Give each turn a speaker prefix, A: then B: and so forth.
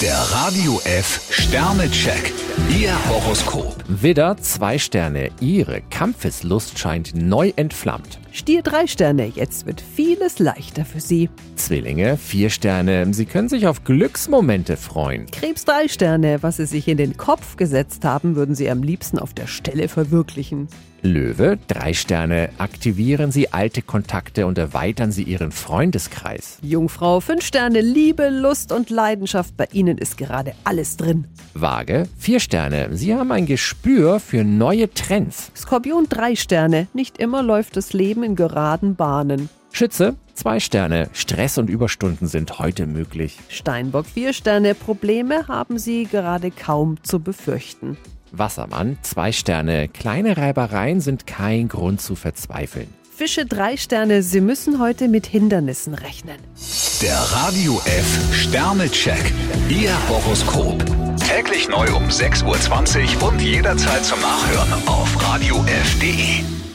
A: Der Radio F Sternecheck. Ihr Horoskop.
B: Widder, zwei Sterne. Ihre Kampfeslust scheint neu entflammt.
C: Stier drei Sterne, jetzt wird vieles leichter für Sie.
B: Zwillinge, vier Sterne. Sie können sich auf Glücksmomente freuen.
C: Krebs drei Sterne, was Sie sich in den Kopf gesetzt haben, würden Sie am liebsten auf der Stelle verwirklichen.
B: Löwe, drei Sterne. Aktivieren Sie alte Kontakte und erweitern Sie Ihren Freundeskreis.
C: Jungfrau fünf Sterne, Liebe, Lust und Leidenschaft, bei Ihnen ist gerade alles drin.
B: Waage, vier Sterne. Sie haben ein Gespür für neue Trends.
C: Skorpion drei Sterne, nicht immer läuft das Leben in geraden Bahnen.
B: Schütze, zwei Sterne. Stress und Überstunden sind heute möglich.
C: Steinbock vier Sterne, Probleme haben Sie gerade kaum zu befürchten.
B: Wassermann, zwei Sterne. Kleine Reibereien sind kein Grund zu verzweifeln.
C: Fische drei Sterne, Sie müssen heute mit Hindernissen rechnen.
A: Der Radio F Sternecheck. Ihr Horoskop. Täglich neu um 6.20 Uhr und jederzeit zum Nachhören auf Radio radiof.de.